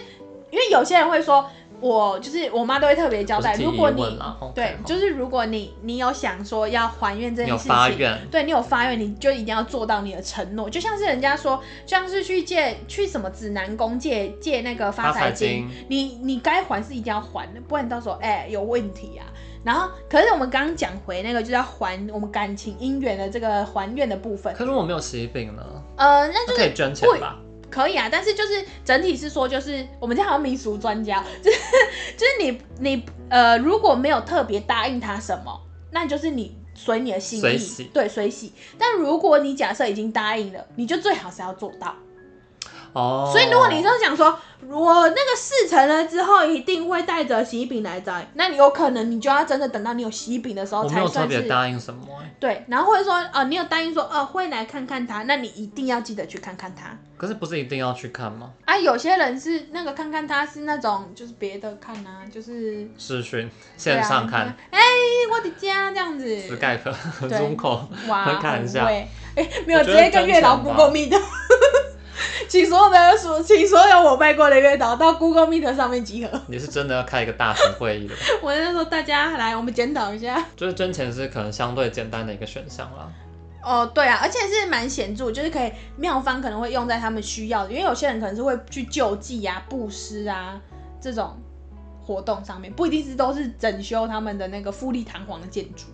Speaker 2: 因为有些人会说，我就是我妈都会特别交代，
Speaker 1: 不是
Speaker 2: 如
Speaker 1: 提
Speaker 2: 果
Speaker 1: 疑
Speaker 2: 你
Speaker 1: 问啦，OK，
Speaker 2: 对
Speaker 1: 好，
Speaker 2: 就是如果你你有想说要还愿 这
Speaker 1: 你
Speaker 2: 件
Speaker 1: 有
Speaker 2: 事
Speaker 1: 发
Speaker 2: 情。
Speaker 1: 愿，
Speaker 2: 对你有发愿，你就一定要做到你的承诺，就像是人家说，就像是去借去什么指南宫借借那个
Speaker 1: 发
Speaker 2: 发财
Speaker 1: 财
Speaker 2: 金，
Speaker 1: 金
Speaker 2: 你你该还是一定要还的，不然你到时候哎、有问题啊。然后，可是我们刚刚讲回那个就是要还我们感情姻缘的这个还愿的部分
Speaker 1: 可，是我没有喜饼呢，
Speaker 2: 呃，那
Speaker 1: 那
Speaker 2: 就是
Speaker 1: 可以捐钱吧？
Speaker 2: 可以啊，但是就是整体是说，就是我们家好像民俗专家， 就是就是你你呃，如果没有特别答应他什么，那就是你随你的心
Speaker 1: 随
Speaker 2: 意
Speaker 1: 喜，
Speaker 2: 对，随喜。但如果你假设已经答应了，你就最好是要做到。
Speaker 1: 哦，
Speaker 2: 所以如果你就想说，我那个事成了之后，一定会带着喜饼来找你，那你有可能你就要真的等到你有喜饼的时候
Speaker 1: 我没
Speaker 2: 哦才
Speaker 1: 有特
Speaker 2: 算
Speaker 1: 别
Speaker 2: 是。
Speaker 1: 答应什么欸、
Speaker 2: 对，然后或者说，呃，你有答应说，呃，会来看看他，那你一定要记得去看看他。
Speaker 1: 可是不是一定要去看吗？
Speaker 2: 啊，有些人是那个看看他是那种就是别的看啊，就是
Speaker 1: 视讯
Speaker 2: 对
Speaker 1: 线上
Speaker 2: 啊
Speaker 1: 看、
Speaker 2: 哎、我的家这样子，
Speaker 1: Skype、
Speaker 2: 对
Speaker 1: Zoom call，
Speaker 2: 哇，
Speaker 1: 很看一下
Speaker 2: 很会哎、没有
Speaker 1: 我
Speaker 2: 直
Speaker 1: 觉得
Speaker 2: 接跟月老
Speaker 1: 真诚吧
Speaker 2: Google Meet，请所有的所，请所有我拜过的月老到 Google Meet 上面集合。
Speaker 1: 你是真的要开一个大型会议的吧？
Speaker 2: 我那时候大家来，我们检讨一下。
Speaker 1: 就是捐钱是可能相对简单的一个选项啦。
Speaker 2: 哦，对啊，而且是蛮显著，就是可以妙方可能会用在他们需要的，因为有些人可能是会去救济啊、布施啊这种活动上面，不一定是都是整修他们的那个富丽堂皇的建筑。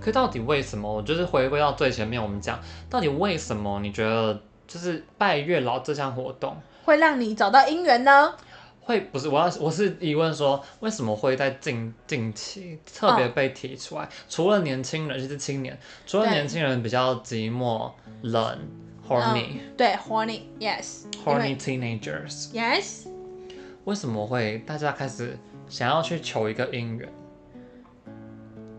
Speaker 1: 可到底为什么？我就是回归到最前面，我们讲到底为什么？你觉得就是拜月老这项活动
Speaker 2: 会让你找到姻缘呢？
Speaker 1: 会不是？我要我是疑问说，为什么会在近近期特别被提出来？除了年轻人，就是青年，除了
Speaker 2: 对
Speaker 1: 年轻人比较寂寞、冷、horny、
Speaker 2: 嗯对，horny，yes，
Speaker 1: horny teenagers，
Speaker 2: yes，
Speaker 1: 为什么会大家开始想要去求一个姻缘？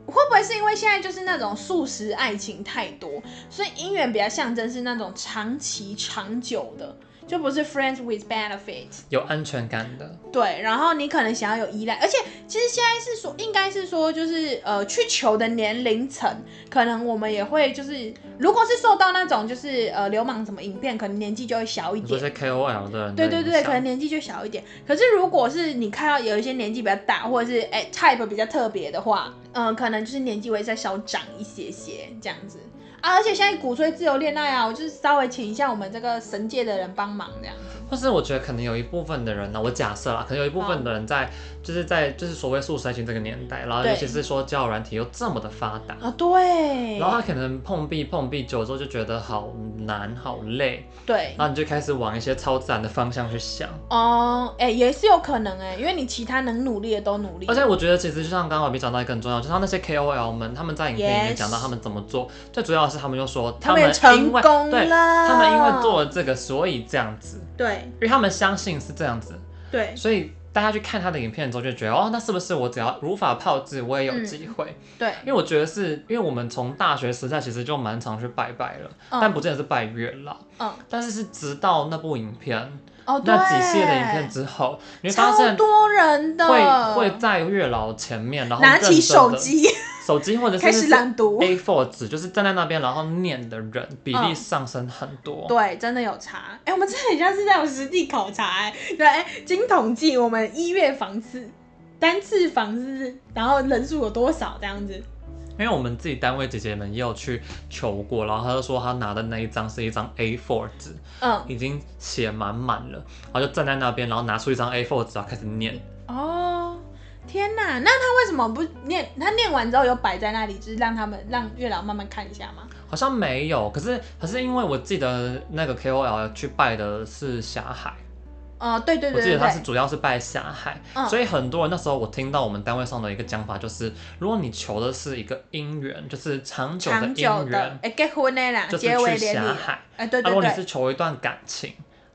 Speaker 2: 会不会是因为现在就是那种素食爱情太多，所以姻缘比较象征是那种长期长久的，就不是 friends with benefit。
Speaker 1: 有安全感的，
Speaker 2: 对，然后你可能想要有依赖，而且其实现在是说，应该是说就是呃，去求的年龄层，可能我们也会就是，如果是受到那种就是呃流氓什么影片，可能年纪就会小一
Speaker 1: 你说
Speaker 2: 点
Speaker 1: 一。些 KOL 的人的
Speaker 2: 对对对，
Speaker 1: 影响
Speaker 2: 可能年纪就小一点。可是如果是你看到有一些年纪比较大，或者是哎、type 比较特别的话，嗯、可能就是年纪会再稍长一些些这样子啊。而且现在鼓吹自由恋爱啊，我就是稍微请一下我们这个神界的人帮忙这样子。
Speaker 1: 或是我觉得可能有一部分的人呢、我假设啦，可能有一部分的人在、就是在就是所谓素食爱情这个年代，然后
Speaker 2: 对
Speaker 1: 尤其是说交友软体又这么的发达，
Speaker 2: 啊，对
Speaker 1: 然，后他可能碰壁碰壁久了之后就觉得好难好累，
Speaker 2: 对，
Speaker 1: 然后你就开始往一些超自然的方向去想。
Speaker 2: 哦、哎、也是有可能哎、因为你其他能努力的都努力了，
Speaker 1: 而且我觉得，其实就像刚刚我比讲到一个很重要，就像那些 KOL 们，他们在影片里
Speaker 2: Yes
Speaker 1: 面讲到他们怎么做，最主要的是他们就说
Speaker 2: 他们
Speaker 1: 们
Speaker 2: 也成
Speaker 1: 因为
Speaker 2: 功
Speaker 1: 对，
Speaker 2: 了
Speaker 1: 他们因为做了这个，所以这样子，
Speaker 2: 对
Speaker 1: 因为他们相信是这样子，
Speaker 2: 对
Speaker 1: 所以大家去看他的影片之后就觉得，哦，那是不是我只要如法炮制，我也
Speaker 2: 嗯
Speaker 1: 有机会？
Speaker 2: 对，
Speaker 1: 因为我觉得是因为我们从大学时代其实就蛮常去拜拜了，
Speaker 2: 嗯
Speaker 1: 但不见得是拜月老，
Speaker 2: 嗯，
Speaker 1: 但是是直到那部影片
Speaker 2: 哦，对，
Speaker 1: 那几系列的影片之后，你会发
Speaker 2: 超
Speaker 1: 现
Speaker 2: 多人的
Speaker 1: 会会在月老前面，然后
Speaker 2: 拿起
Speaker 1: 认真
Speaker 2: 手
Speaker 1: 地
Speaker 2: 机
Speaker 1: 手机或者是
Speaker 2: 开始朗读。
Speaker 1: A4 纸，就是站在那边然后念的人比例
Speaker 2: 嗯
Speaker 1: 上升很多。
Speaker 2: 对，真的有查。哎、我们这很像是在有实地考察、哎，对，哎、经统计我们一月房次单次房次，然后人数有多少这样子？
Speaker 1: 因为我们自己单位姐姐们也有去求过，然后她就说她拿的那一张是一张 A4 纸，
Speaker 2: 嗯，
Speaker 1: 已经写满满了，然后就站在那边，然后拿出一张 A4 纸，然后开始念。
Speaker 2: 哦，天哪，那他为什么不念？他念完之后有摆在那里，就是让他们让月老慢慢看一下吗？
Speaker 1: 好像没有，可是可是因为我记得那个 KOL 去拜的是霞海，
Speaker 2: 哦、对对
Speaker 1: 我
Speaker 2: 对
Speaker 1: 记
Speaker 2: 对
Speaker 1: 得他是
Speaker 2: 对，
Speaker 1: 主要是拜霞海，
Speaker 2: 嗯
Speaker 1: 所以很多人那时候我听到我们单位上的一个讲法就是，如果你求的是一个姻缘，就是长久的
Speaker 2: 长久
Speaker 1: 姻
Speaker 2: 的，
Speaker 1: 缘
Speaker 2: 哎、，结婚的啦，
Speaker 1: 就是
Speaker 2: 结为
Speaker 1: 去
Speaker 2: 连理
Speaker 1: 霞
Speaker 2: 了，
Speaker 1: 海。
Speaker 2: 哎、对
Speaker 1: 啊如
Speaker 2: 对
Speaker 1: 果你
Speaker 2: 对
Speaker 1: 是。求一段感情，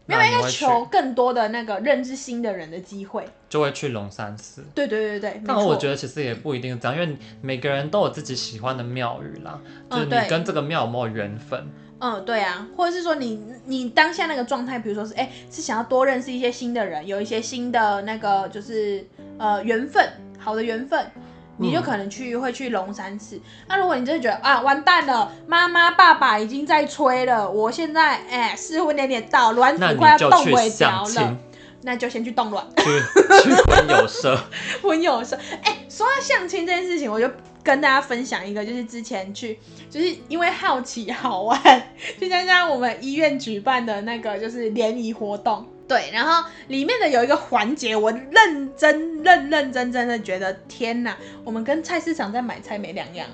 Speaker 2: 没有
Speaker 1: 那你
Speaker 2: 应该
Speaker 1: 会去
Speaker 2: 求更多的那个认知新的人的机会，
Speaker 1: 就会去龙山寺。
Speaker 2: 对对对对，
Speaker 1: 但我觉
Speaker 2: 得
Speaker 1: 得其实也不一定是这样，因为每个人都有自己喜欢的庙宇啦，就
Speaker 2: 嗯
Speaker 1: 是
Speaker 2: 对
Speaker 1: 你跟这个庙有没有缘分。
Speaker 2: 嗯，对啊，或者是说你你当下那个状态，比如说是哎、是想要多认识一些新的人，有一些新的那个就是呃缘分，好的缘分，
Speaker 1: 嗯
Speaker 2: 你就可能去会去龙山寺。那、如果你真的觉得啊完蛋了，妈妈爸爸已经在催了，我现在哎适婚年龄到，卵
Speaker 1: 那
Speaker 2: 子
Speaker 1: 你
Speaker 2: 快要
Speaker 1: 就
Speaker 2: 冻
Speaker 1: 去
Speaker 2: 尾
Speaker 1: 相
Speaker 2: 条了
Speaker 1: 亲，，
Speaker 2: 那就先去冻卵。
Speaker 1: 去去 婚友社，
Speaker 2: 婚友社。哎、说到相亲这件事情，我就跟大家分享一个，就是之前去，就是因为好奇好玩， 去参加我们医院举办的那个就是联谊活动。对，然后里面的有一个环节，我认真、认认真真的觉得，天哪，我们跟菜市场在买菜没两样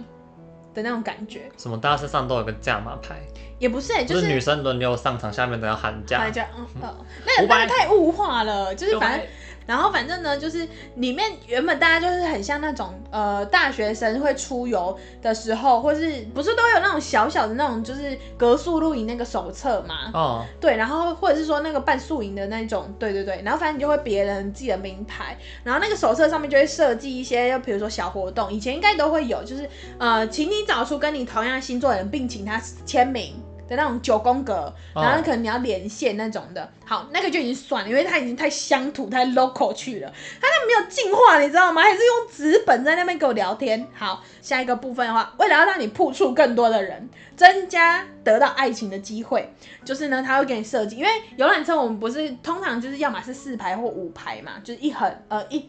Speaker 2: 的那种感觉。
Speaker 1: 什么大家身上都有个价码牌，
Speaker 2: 也不是、哎就
Speaker 1: 就是女
Speaker 2: 是
Speaker 1: 生轮流上场，下面的要喊价
Speaker 2: 大，家，嗯，哦，那个
Speaker 1: 五百
Speaker 2: 那个太物化了，就是
Speaker 1: 就
Speaker 2: 反正然后反正呢，就是里面原本大家就是很像那种呃大学生会出游的时候，或是不是都有那种小小的那种就是格宿露营那个手册 嘛？
Speaker 1: 哦，
Speaker 2: 对，然后或者是说那个办宿营的那种，对对对，然后反正你就会别人自己的名牌，然后那个手册上面就会设计一些，就比如说小活动，以前应该都会有，就是呃，请你找出跟你同样星座的人，并请他签名。的那种九宫格，
Speaker 1: 哦
Speaker 2: 然后可能你要连线那种的，好，那个就已经算了，因为它已经太乡土、太 local 去了，它那没有进化，你知道吗？还是用纸本在那边跟我聊天。好，下一个部分的话，为了要让你碰触更多的人，增加得到爱情的机会，就是呢，他会给你设计，因为游览车我们不是通常就是要么是四排或五排嘛，就是一横呃一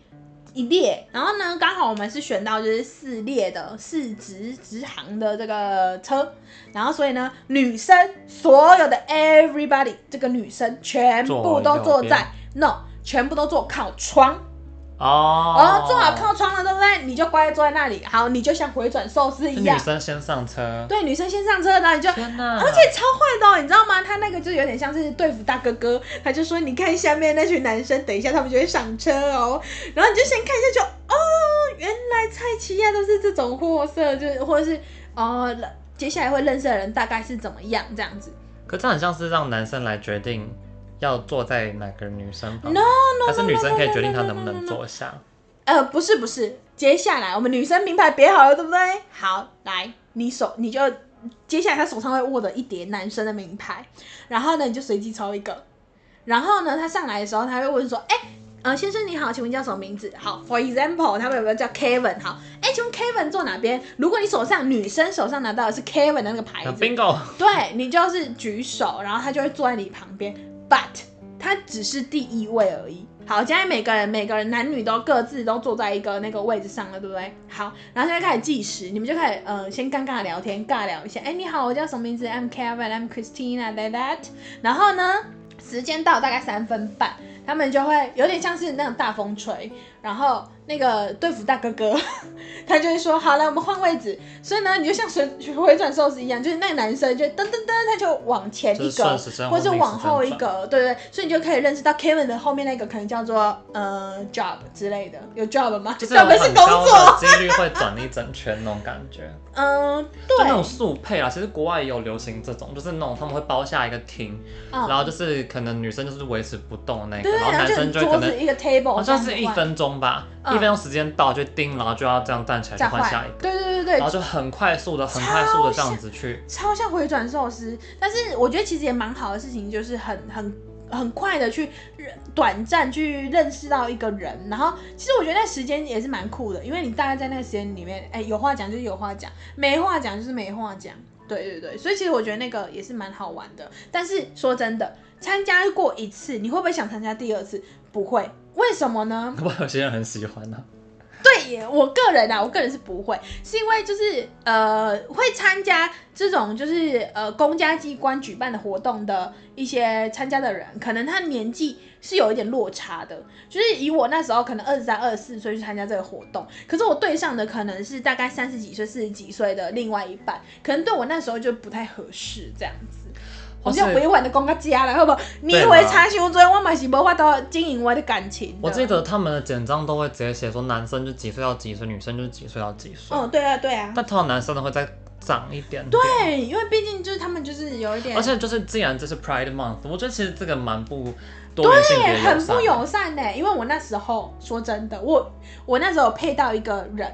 Speaker 2: 一列，然后呢刚好我们是选到就是四列的四直直行的这个车，然后所以呢女生所有的 everybody 这个女生全部都
Speaker 1: 坐右
Speaker 2: 坐
Speaker 1: 边
Speaker 2: 在 no 全部都坐靠窗，
Speaker 1: 哦
Speaker 2: 哦，坐好靠窗了，对不对？你就乖乖坐在那里，好，你就像回转寿司
Speaker 1: 是
Speaker 2: 一
Speaker 1: 女
Speaker 2: 样，
Speaker 1: 生先上车，
Speaker 2: 对，女生先上车，然后你就
Speaker 1: 天哪，
Speaker 2: 而且超坏的、哦，你知道吗？他那个就有点像是对付大哥哥，他就说你看下面那群男生，等一下他们就会上车哦。然后你就先看一下就，哦，原来蔡奇亚都是这种货色，就是或者是哦，接下来会认识的人大概是怎么样这样子。
Speaker 1: 可这很像是让男生来决定要坐在哪个女生旁
Speaker 2: No,
Speaker 1: 边，但是女生可以决定她
Speaker 2: no, no, no,
Speaker 1: 能不
Speaker 2: no, no,
Speaker 1: 能
Speaker 2: no.
Speaker 1: 坐下。
Speaker 2: 呃，不是不是，接下来我们女生名牌别好了，对不对？好，来，你手你就接下来他手上会握着一叠男生的名牌，然后呢你就随机抽一个，然后呢他上来的时候他会问说，哎、呃，先生你好，请问叫什么名字？好，For example，他们有没有叫 Kevin？好，哎、请问 Kevin 坐哪边？如果你手上女生手上拿到的是 Kevin 的那个牌
Speaker 1: 那
Speaker 2: 子，
Speaker 1: bingo，
Speaker 2: 对你就是举手，然后他就会坐在你旁边，but 他只是第一位而已。好，现在每个人每个人男女都各自都坐在一个那个位置上了，对不对？好，然后现在开始计时，你们就开始呃先尴尬地聊天，尬聊一下。哎，你好，我叫什么名字？I'm Kevin，I'm Christina，like that。然后呢，时间到大概三分半，他们就会有点像是那种大风吹，然后那个队服大哥哥 他就会说：“好了，我们换位置。”所以呢，你就像旋回转寿司一样，就是那个男生就噔噔噔，他就往前
Speaker 1: 就
Speaker 2: 一
Speaker 1: 是顺
Speaker 2: 个
Speaker 1: 时，针
Speaker 2: 或是
Speaker 1: 逆时
Speaker 2: 往
Speaker 1: 针
Speaker 2: 后一
Speaker 1: 转
Speaker 2: 个，对对，对所以你就可以认识到 Kevin 的后面那个可能叫做呃 job 之类的，有 job 吗？
Speaker 1: 就是有
Speaker 2: job 是
Speaker 1: 很
Speaker 2: 工
Speaker 1: 高
Speaker 2: 作，
Speaker 1: 的几率会转一整圈那种感觉，
Speaker 2: 嗯，
Speaker 1: 就那种
Speaker 2: 对，
Speaker 1: 速配啊。其实国外也有流行这种，就是那种他们会包下一个厅，然
Speaker 2: 嗯，
Speaker 1: 后就是可能女生就是维持不动的那个，
Speaker 2: 对对，
Speaker 1: 然后
Speaker 2: 然
Speaker 1: 男
Speaker 2: 后就
Speaker 1: 生
Speaker 2: 很
Speaker 1: 就可
Speaker 2: 桌
Speaker 1: 能
Speaker 2: 子一个 table，
Speaker 1: 好像是一
Speaker 2: 这样子换
Speaker 1: 分钟吧，
Speaker 2: 嗯
Speaker 1: 一分钟时间到就叮，然后就要这样站起来
Speaker 2: 再
Speaker 1: 就换下一个，
Speaker 2: 对对对对
Speaker 1: 然，后就很快速的、很快速的这样子去。
Speaker 2: 超像回转寿司，但是我觉得其实也蛮好的事情，就是很很很快的去认短暂去认识到一个人，然后其实我觉得那时间也是蛮酷的，因为你大概在那个时间里面，哎、有话讲就是有话讲，没话讲就是没话讲，对对对，所以其实我觉得那个也是蛮好玩的。但是说真的，参加过一次，你会不会想参加第二次？不会，为什么呢？
Speaker 1: 不过有些人很喜欢啊呢、
Speaker 2: 对耶，我个人啊，我个人是不会，是因为就是呃，会参加这种就是呃公家机关举办的活动的一些参加的人，可能他年纪是有一点落差的。就是以我那时候可能二十三、二十四岁去参加这个活动，可是我对上的可能是大概三十几岁、四十几岁的另外一半，可能对我那时候就不太合适这样子。我
Speaker 1: 或
Speaker 2: 就是委婉的讲到家了，好不好？你以为差伤多，我嘛是无法度经营我的感情的。
Speaker 1: 我记得他们的简章都会直接写说男生就几岁到几岁，女生就是几岁到几岁。
Speaker 2: 哦，对啊，对啊。
Speaker 1: 但通常男生的会再长一点点。
Speaker 2: 对，因为毕竟就是他们就是有一点，
Speaker 1: 而且哦就是，既然这是 Pride Month，我觉得其实这个蛮不多元性别
Speaker 2: 对
Speaker 1: 友
Speaker 2: 很
Speaker 1: 善
Speaker 2: 不
Speaker 1: 的
Speaker 2: 友善呢、因为我那时候说真的，我我那时候有配到一个人，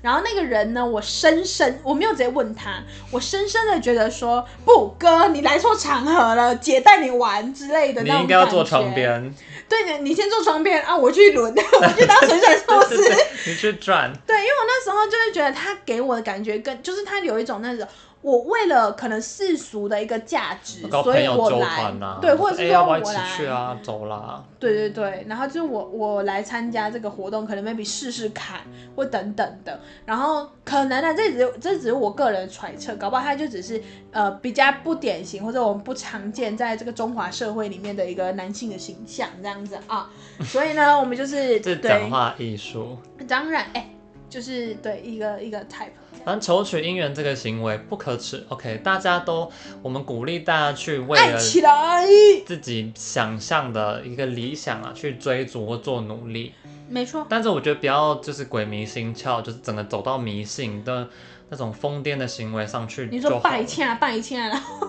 Speaker 2: 然后那个人呢，我深深我没有直接问他，我深深的觉得说，不哥，你来错场合了，姐带你玩之类的
Speaker 1: 你
Speaker 2: 那种
Speaker 1: 应该要
Speaker 2: 感
Speaker 1: 坐
Speaker 2: 觉
Speaker 1: 床，边，
Speaker 2: 对，你你先坐床边啊，我去轮， 我去当水产寿
Speaker 1: 对
Speaker 2: 司。
Speaker 1: 对，你去转，
Speaker 2: 对，因为我那时候就是觉得他给我的感觉跟就是他有一种那种。我为了可能世俗的一个价值，
Speaker 1: 搞
Speaker 2: 所
Speaker 1: 朋
Speaker 2: 以
Speaker 1: 友
Speaker 2: 我
Speaker 1: 周
Speaker 2: 来
Speaker 1: 团，呐，
Speaker 2: 对，或者
Speaker 1: 哎
Speaker 2: 是
Speaker 1: 要
Speaker 2: 说
Speaker 1: 不要
Speaker 2: 我
Speaker 1: 一起去
Speaker 2: 来，
Speaker 1: 啊？走啦，
Speaker 2: 对对对，然后就是我我来参加这个活动，可能 maybe 试试看或等等的，然后可能啊呢，这只这只是我个人揣测，搞不好他就只是呃比较不典型或者我们不常见在这个中华社会里面的一个男性的形象这样子啊，所以呢，我们就是
Speaker 1: 这
Speaker 2: 对，
Speaker 1: 讲话艺术。
Speaker 2: 当然哎、就是对一个一个 type。
Speaker 1: 反正求取姻缘这个行为不可耻。OK，大家都，我们鼓励大家去为
Speaker 2: 爱
Speaker 1: 了
Speaker 2: 起来，
Speaker 1: 自己想象的一个理想啊，去追逐或做努力。
Speaker 2: 没错，
Speaker 1: 但是我觉得不要就是鬼迷心窍，就是整个走到迷信的那种疯癫的行为上去
Speaker 2: 你
Speaker 1: 就
Speaker 2: 说
Speaker 1: 好
Speaker 2: 拜
Speaker 1: 了。
Speaker 2: 欠啊拜欠啊，然后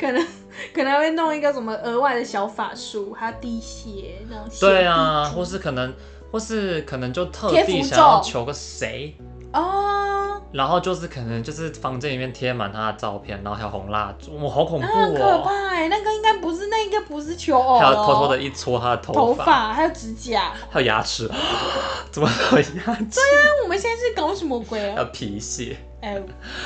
Speaker 2: 可能可能会弄一个什么额外的小法术，还有滴血那种血滴
Speaker 1: 对啊，
Speaker 2: 珠
Speaker 1: 或是可能，或是可能就特
Speaker 2: 贴符
Speaker 1: 地想要
Speaker 2: 咒
Speaker 1: 求个谁，
Speaker 2: 哦，
Speaker 1: 然后就是可能就是房间里面贴满他的照片，然后还有红蜡烛，我好恐怖
Speaker 2: 那很可
Speaker 1: 哦！
Speaker 2: 怕哦哎，那个应该不是，那应该不是求偶
Speaker 1: 还有
Speaker 2: 咯
Speaker 1: 偷偷的一搓他的
Speaker 2: 头
Speaker 1: 头发，
Speaker 2: 发，还有指甲。
Speaker 1: 还有牙齿， 怎么会有牙齿？
Speaker 2: 那我们现在是搞什么鬼
Speaker 1: 还有
Speaker 2: 啊？
Speaker 1: 皮屑，
Speaker 2: 哎，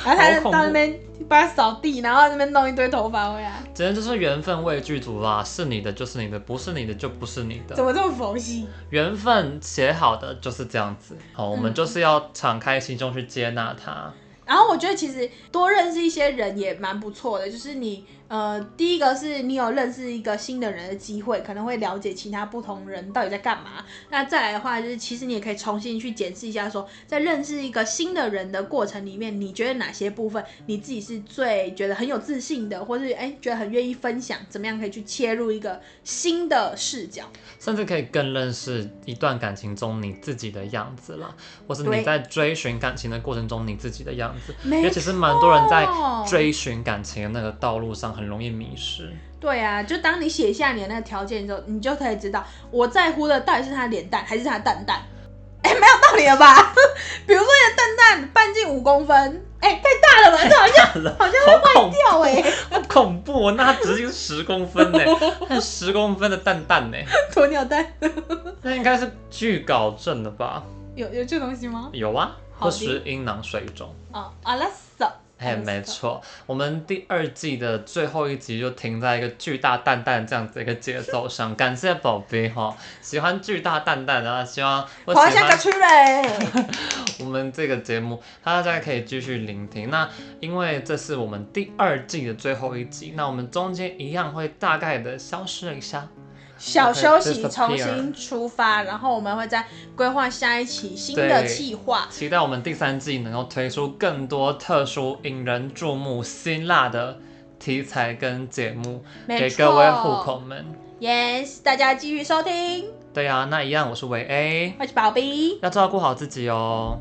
Speaker 2: 然后他
Speaker 1: 恐怖
Speaker 2: 到那边帮他扫地，然后在那边弄一堆头发回来，
Speaker 1: 只能就是缘分未具足啦，是你的就是你的，不是你的就不是你
Speaker 2: 怎
Speaker 1: 的，
Speaker 2: 么这么佛系？
Speaker 1: 缘分写好的就是这样子。好，我们
Speaker 2: 嗯
Speaker 1: 就是要敞开心胸去接纳它。
Speaker 2: 然后我觉得其实多认识一些人也蛮不错的，就是你呃，第一个是你有认识一个新的人的机会，可能会了解其他不同人到底在干嘛。那再来的话，就是其实你也可以重新去检视一下说，在认识一个新的人的过程里面，你觉得哪些部分你自己是最觉得很有自信的，或是哎觉得很愿意分享，怎么样可以去切入一个新的视角？
Speaker 1: 甚至可以更认识一段感情中你自己的样子啦，或是
Speaker 2: 对
Speaker 1: 你在追寻感情的过程中你自己的样子，因
Speaker 2: 没
Speaker 1: 为其实蛮多人在
Speaker 2: 错
Speaker 1: 追寻感情的那个道路上很容易迷失。
Speaker 2: 对啊，就当你写下你的那个条件之后，你就可以知道我在乎的到底是他的脸蛋还是他的蛋 蛋。哎、没有道理了吧？ 比如说你的蛋蛋半径五公分，哎、太大了吧？这好像 好像
Speaker 1: 好恐
Speaker 2: 掉哎、
Speaker 1: 好恐怖、哦，那它直径十公分 呢，那十公分的蛋蛋呢？
Speaker 2: 鸵鸟蛋
Speaker 1: 那应该是巨睾症的吧？
Speaker 2: 有有这东西吗？
Speaker 1: 有啊，
Speaker 2: 好
Speaker 1: 或
Speaker 2: 的
Speaker 1: 是阴囊水肿。
Speaker 2: 啊，阿拉斯啊，
Speaker 1: 哎，没错，我们第二季的最后一集就停在一个巨大蛋蛋这样子的一个节奏上，感谢宝贝哈，喜欢巨大蛋蛋的啊，希望我
Speaker 2: 华
Speaker 1: 喜
Speaker 2: 夏个
Speaker 1: 欢
Speaker 2: 出来。
Speaker 1: 我们这个节目，大家可以继续聆听。那因为这是我们第二季的最后一集，那我们中间一样会大概的消失一下。
Speaker 2: 小休息，
Speaker 1: disappear
Speaker 2: 重新出发，然后我们会再规划下一期新的
Speaker 1: 嗯对
Speaker 2: 计划。
Speaker 1: 期待我们第三季能够推出更多特殊、引人注目、辛辣的题材跟节目，
Speaker 2: 没
Speaker 1: 给
Speaker 2: 错，
Speaker 1: 各位户口们。
Speaker 2: Yes，大家继续收听，
Speaker 1: 对啊，那一样我是维 A，
Speaker 2: 我是宝贝。
Speaker 1: 要照顾好自己哦。